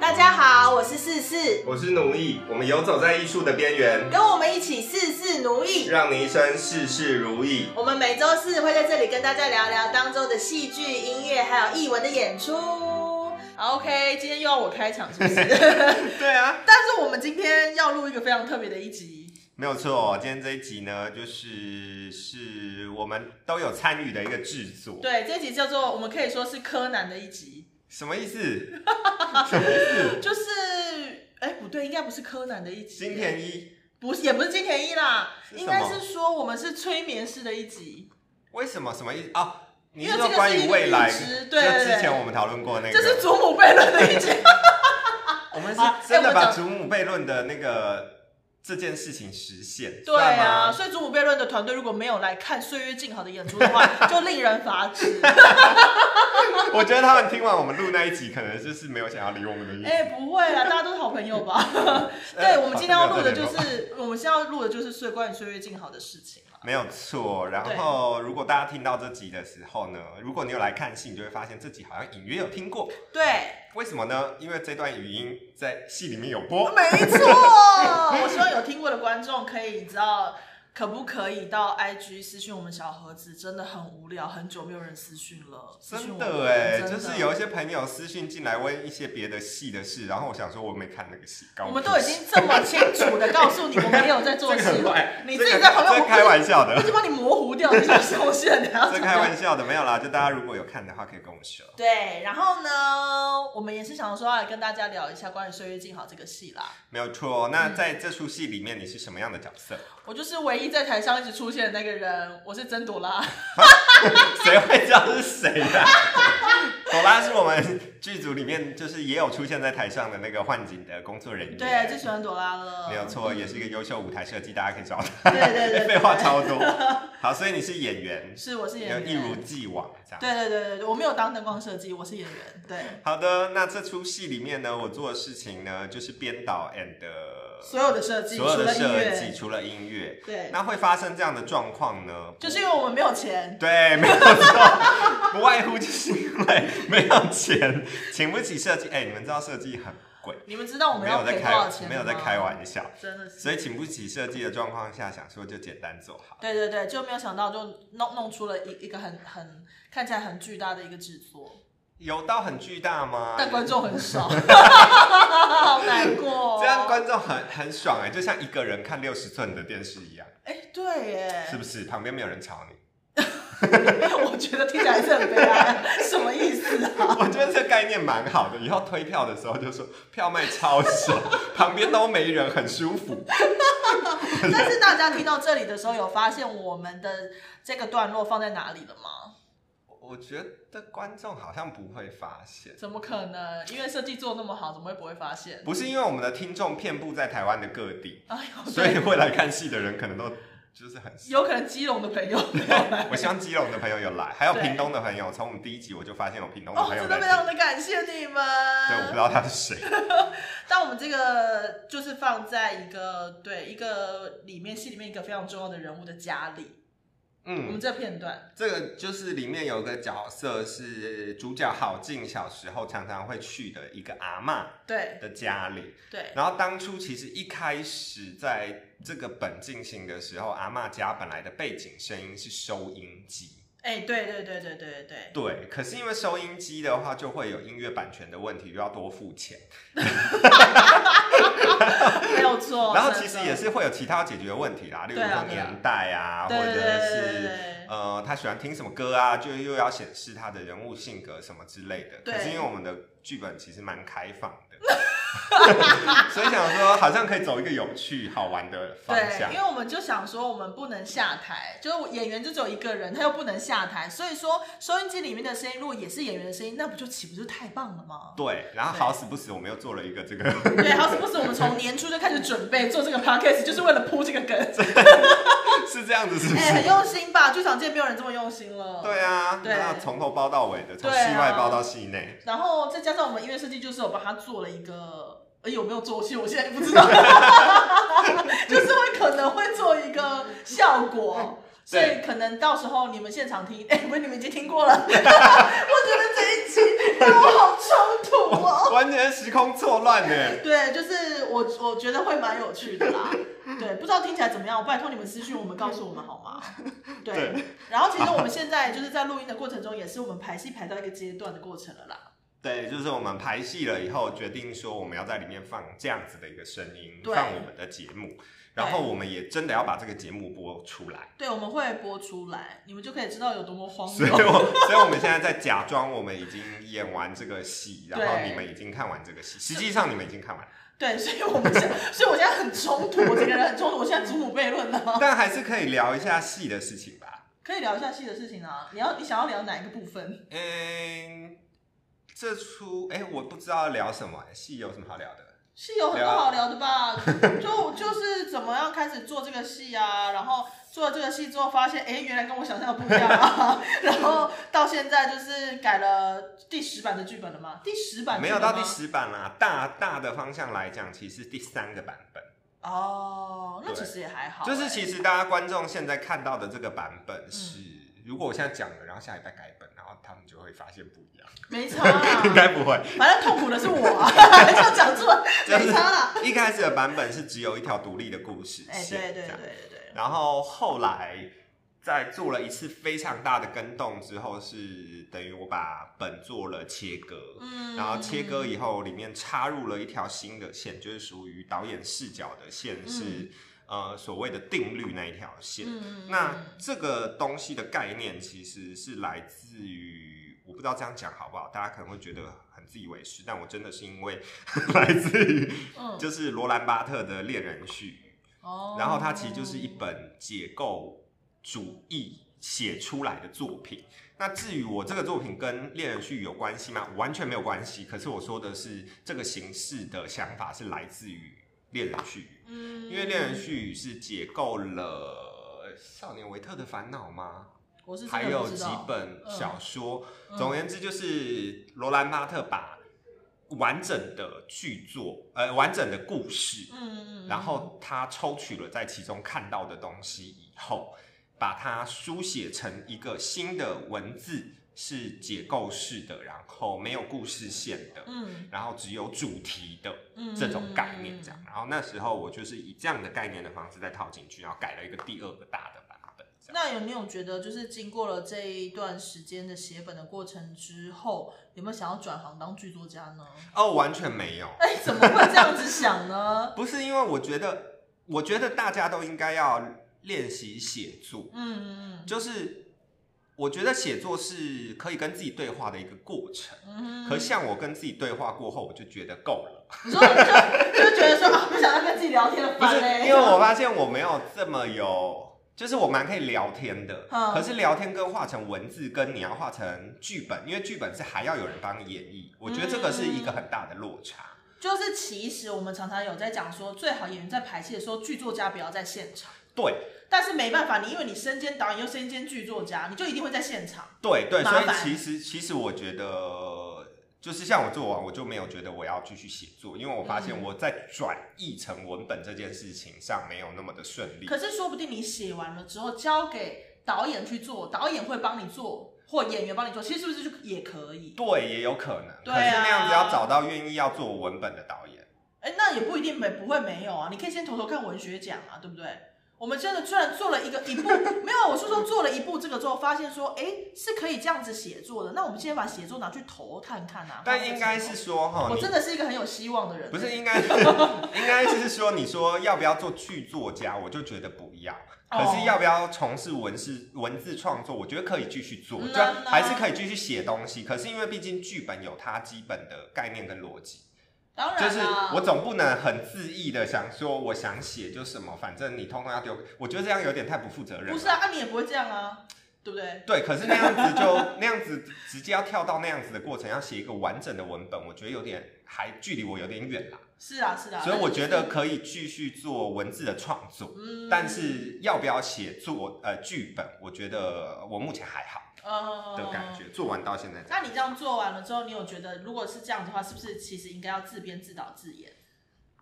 大家好，我是四四，我是奴役，我们游走在艺术的边缘，跟我们一起事事奴役。让你一生事事如意。我们每周四会在这里跟大家聊聊当周的戏剧、音乐还有艺文的演出。好 OK，今天又要我开场是 不是？对啊，但是我们今天要录一个非常特别的一集，没有错。今天这一集呢，就是是我们都有参与的一个制作。对，这集叫做我们可以说是柯南的一集，什么意 思？就是哎、不对，应该不是柯南的一集，金田一？不是也不是金田一啦，是应什么该是说我们是催眠式的一集。为什么？什么意思？哦，你因为说这个关是一于个未来？预知对对就之对前我们讨论过那个。这是祖母悖论的一集，我们是啊哎真的我把讲祖母悖论的那个这件事情实现。对算啊，吗，所以祖母悖论的团队如果没有来看《岁月静好》的演出的 话，就令人发指。嗯我觉得他们听完我们录那一集，可能就是没有想要理我们的意思。哎、不会啦，大家都是好朋友吧？呃 对，我们今天要录的就好像没有这是，我们现在要录的就是岁关于《岁月静好》的事情啦。没有错，然后如果大家听到这集的时候呢，如果你有来看戏，你就会发现这集好像隐约有听过，对，为什么呢？因为这段语音在戏里面有播。没错。我希望有听过的观众可以，你知道。可不可以到 IG 私讯我们小盒子？真的很无聊，很久没有人私讯了。私讯真我的们哎，真的就是有一些朋友私讯进来问一些别的戏的事，然后我想说我没看那个戏，搞我不们清都已经这么清楚的告诉你，我们也有在做 这个事很了快，你这自个己在旁边，这我开玩笑的我一直帮你模糊掉，你是不是东西了？你还要这强开调？玩笑的，没有啦，就大家如果有看的话可以跟我说。对，然后呢，我们也是想说要来跟大家聊一下关于《岁月静好》这个戏啦。没有错，那嗯在这出戏里面你是什么样的角色？我就是唯一在台上一直出现的那个人，我是真朵拉。 谁会知道是谁的、 朵拉是我们剧组里面就是也有出现在台上的那个幻景的工作人员，对，嗯最喜欢朵拉了。嗯没有错，也是一个优秀舞台设计，大家可以找他。对。对对对对， 废话超多。 好，所以你是演员，是我是演有员。一如既往这样。对对对对对，我没有当灯光设计，我是演员。对，好的，那这出戏里面呢，我做的事情呢，就是编导 and 呃所有的设计，所有的除了音设乐计，除了音乐。对，那会发生这样的状况呢？就是因为我们没有钱。对，没有错，不外乎就是因为没有钱，请不起设计。哎、你们知道设计很贵，你们知道我们没要有赔在多少开钱没有在吗开，玩笑，真的是。所以请不起设计的状况下，想说就简单做好。对对对，就没有想到，就弄弄出了一一个很很看起来很巨大的一个制作，有到很巨大吗？但观 众很少，好难过、哦。这样，观众很很爽哎、就像一个人看六十寸的电视一样，哎，对耶，是不是？旁边没有人吵你，我觉得听起来是很悲 哀，什么意思啊？我觉得这概念蛮好的。以后推票的时候就说票卖超少， 旁边都没人，很舒服。但是大家听到这里的时候，有发现我们的这个段落放在哪里了吗？我我觉得观众好像不会发现，怎么可能？因为设计做那么好，怎么会不会发现？不是因为我们的听众遍布在台湾的各地，哎呦，所以对，会来看戏的人可能都就是很 少。有可能基隆的朋友没有来我希望基隆的朋友有来，还有对屏东的朋友，从我们第一集我就发现有屏东的哦，朋友真在的非听。常的感谢你们。对，我不知道他是谁。 但我们这个就是放在一个对一个里面戏里面一个非常重要的人物的家里，我嗯们，这片段，这个就是里面有个角色是主角郝静小时候常常会去的一个阿嬷对的家里。对然后当初其实一开始在这个本进行的时候，阿嬷家本来的背景声音是收音机。哎、对对对对对对对，可是因为收音机的话，就会有音乐版权的问题，又要多付钱。对，没有错。 然后其哦实真的也，是会有其他要解决的问题啦，例如对啊说对啊年代啊，对或对对者对对是对呃他喜欢听什么歌啊，就又要显示他的人物性格什么之类的。对可是因为我们的剧本其实蛮开放的， 所以想说好像可以走一个有趣好玩的方向对，因。为我们就想说我们不能下台，就是演员就只有一个人，他又不能下台，所以说收音机里面的声音如果也是演员的声音，那不就岂不是太棒了吗？ 对，然后对好死不死，我们又做了一个这个 对，好死不死，我们从年初就开始准备做这个 podcast，就是为了铺这个梗， 是这样子，是不哎、是？很用心吧？剧场界没有人这么用心了。对啊，对那从头包到尾的，从对啊戏外包到戏内。然后再加上我们音乐设计，就是有帮他做了一个，呃，有没有做？其实我现在 不知道，就是会可能会做一个效果。所以可能到时候你们现场听，哎、不是你们已经听过了。我觉 得这一集让我好冲突哦。 完全时空错乱呢。对，就是我我觉得会蛮有趣的啦。对，不知道听起来怎么样，我拜托你们私讯我们告诉我们好吗？对。对然后其实我们现在就是在录音的过程中，也是我们排戏排到一个阶段的过程了啦。对，就是我们排戏了以后，决定说我们要在里面放这样子的一个声音，对放我们的节目，然后我们也真的要把这个节目播 出来。对，我们会播出来，你们就可以知道有多么荒所以谬。我，所以我们现在在假装我们已经演完这个戏，然后对你们已经看完这个戏，实际上你们已经看完，对，所以我们现，所以我现在很冲突，我整个人很冲突，我现在祖母悖论呢、但还是可以聊一下戏的事情吧。可以聊一下戏的事情啊，你要你想要聊哪一个部分？嗯，这出哎、我不知道聊什么，戏有什么好聊啊的？是有很多好聊的吧？就就是怎么样开始做这个戏啊，然后做了这个戏之后发现，哎，原来跟我想象的不一样啊，然后到现在就是改了第十版的剧本了吗？第十版没有到第剧十版啦，大大的方向来讲，其实第三个版本。本吗哦，那嗯对其实也还好、就是哎其实大家观众现在看到的这个版本是，如果我现在讲了，然后下礼拜改本，然后他们就会发现不一 样，，没差啦 应该不会。反正痛苦的是我、 啊，这样讲出来就是没差啦。一开始的版本是只有一条独立的故事哎、对线，对对这样对对，然后后来在做了一次非常大的跟动之后，是等于我把本做了切割。嗯，然后切割以后，里面插入了一条新的线，就是属于导演视角的嗯线，是、呃所谓的定律那一条线。嗯，嗯，那这个东西的概念其实是来自于，我不知道这样讲好不好，大家可能会觉得很自以为是，但我真的是因为 来自于嗯，就是罗兰巴特的《恋人絮语哦》，然后它其实就是一本解构主义写出来的作品。那至于我这个作品跟《恋人絮语》有关系吗？完全没有关系。可是我说的是这个形式的想法是来自于《恋人絮语》。嗯，因为《恋人絮语》是解构了《少年维特的烦恼》吗？我是真的还有不知几道本小说。嗯总而言之，就是罗兰巴特把完整的剧作，呃，完整的故事，嗯，嗯嗯然后他抽取了在其中看到的东西以后，把它书写成一个新的文字，是解构式的，然后没有故事线的，嗯然后只有主题的。嗯这种概念这样。然后那时候我就是以这样的概念的方式再套进去，然后改了一个第二个大的版本。这样那有没有觉得，就是经过了这一段时间的写本的过程之后，有没有想要转行当剧作家呢？哦，完全没有，哎、怎么会这样子想呢？不是因为我觉得，我觉得大家都应该要练习写作，嗯嗯就是我觉得写作是可以跟自己对话的一个过程。嗯，可像我跟自己对话过后，我就觉得够了，你说你就就觉得说啊，不想要跟自己聊天了， 不是烦欸嘞。因为我发现我没有这么有，就是我蛮可以聊天的，嗯可是聊天跟画成文字，跟你要画成剧本，因为剧本是还要有人帮你演绎，我觉得这个是一个很大的落差。就是其实我们常常有在讲说，最好演员在排戏的时候，剧作家不要在现场。对但是没办法，你因为你身兼导演又身兼剧作家，你就一定会在现场。对对，所麻以烦其实其实我觉得，就是像我做完，我就没有觉得我要继续写作，因为我发现嗯我在转译成文本这件事情上没有那么的顺利。可是说不定你写完了之后交给导演去做，导演会帮你做，或演员帮你做，其实是不是就也可以？对，也有可能。对可是那样子啊要找到愿意要做文本的导演，哎，那也不一定没不会没有啊，你可以先投投看文学奖啊，对不对？我们真的虽然做了一个一部， 没有，啊我是说做了一部这个之后，发现说，哎，是可以这样子写作的。那我们先把写作拿去投看看啊。但应该是说哈，我你真的是一个很有希望的人，欸不是应该应该是说你说要不要做剧作家，我就觉得不哦要。可是要不要从事文字文字创作，我觉得可以继续做，嗯就啊还是可以继续写东西。可是因为毕竟剧本有它基本的概念跟逻辑，当就然是啦、我总不能很恣意的想说我想写就什么，反正你通通要丢给。我觉得这样有点太不负责任了。不是啊，那、你也不会这样啊，对不对？对，可是那样子就 那样子直接要跳到那样子的过程，要写一个完整的文本，我觉得有点还距离我有点远啦。是啊，是啊。所以我觉得那就可以继续做文字的创作，是，嗯，但是要不要写作呃剧本，我觉得我目前还好呃的感觉，做完到现在这样。那你这样做完了之后，你有觉得如果是这样的话，是不是其实应该要自编自导自演，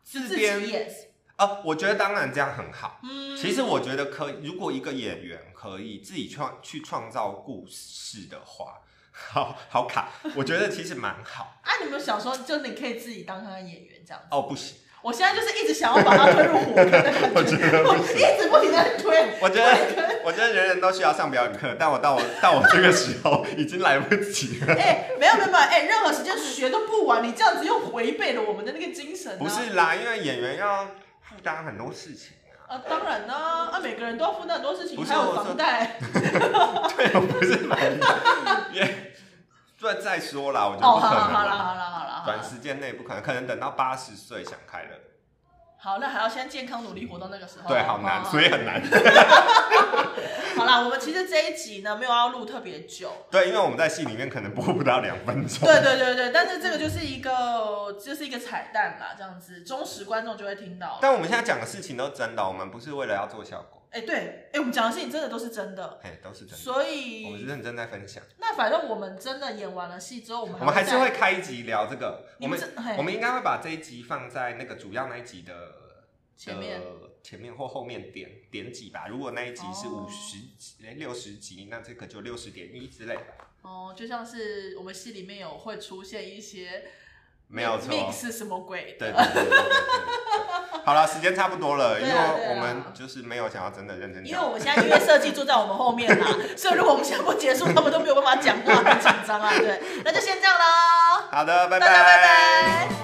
自自己编演？呃，我觉得当然这样很好。嗯，其实我觉得可以，如果一个演员可以自己创去创造故事的话，好 好卡，我觉得其实蛮好。啊，你有没有想说，就你可以自己当他的演员这 样子？哦，不行，我现在就是一直想要把他推入火坑的感我觉得我不行一直不停的推。我觉得我觉得人人都需要上表演课，但我到我到我这个时候已经来不及了。哎、没有没有没有，哎、任何时间学都不晚，你这样子又违背了我们的那个精神、啊。不是啦，因为演员要负担很多事 情啊。啊，当然啦、啊，每个人都要负担很多事情，不是还有我说房贷。对，我不是蛮也再再说啦，我觉得哦，好不可好能啊好啦啦。好啦好啦好短啦，时间内不可能，可能等到八十岁想开了，好，那还要先健康努力活到那个时候。对，好难，所以以很难。哦好啦，我们其实这一集呢没有要录特别久， 对，因为我们在戏里面可能播不到两分钟。对对对对，但是这个就是一个就是一个彩蛋啦，这样子忠实观众就会听到。但我们现在讲的事情都真的，我们不是为了要做效果，哎、对，哎、我们讲的事情真的都是真的，哎，都是真的。所我们是以认真在分享，那反正我们真的演完了戏之后，我们我们还是再会开一集聊这个。我你们们这嘿我们应该会把这一集放在那个主要那一集的前面的前面或后面点点几吧。如果那一集是哦五十集、六十集，那这个就六十点一之类的，哦，就像是我们戏里面有会出现一些没有错。 mix 什么鬼对对的，对对对对。好了，时间差不多了，因对为啊对啊我们就是没有想要真的认真因为我们讲。现在音乐设计坐在我们后 面啦，所以如果我们现在不结束，他们都没有办法讲话，很紧张啊。对，那就先这样啦，好的，拜大家拜拜。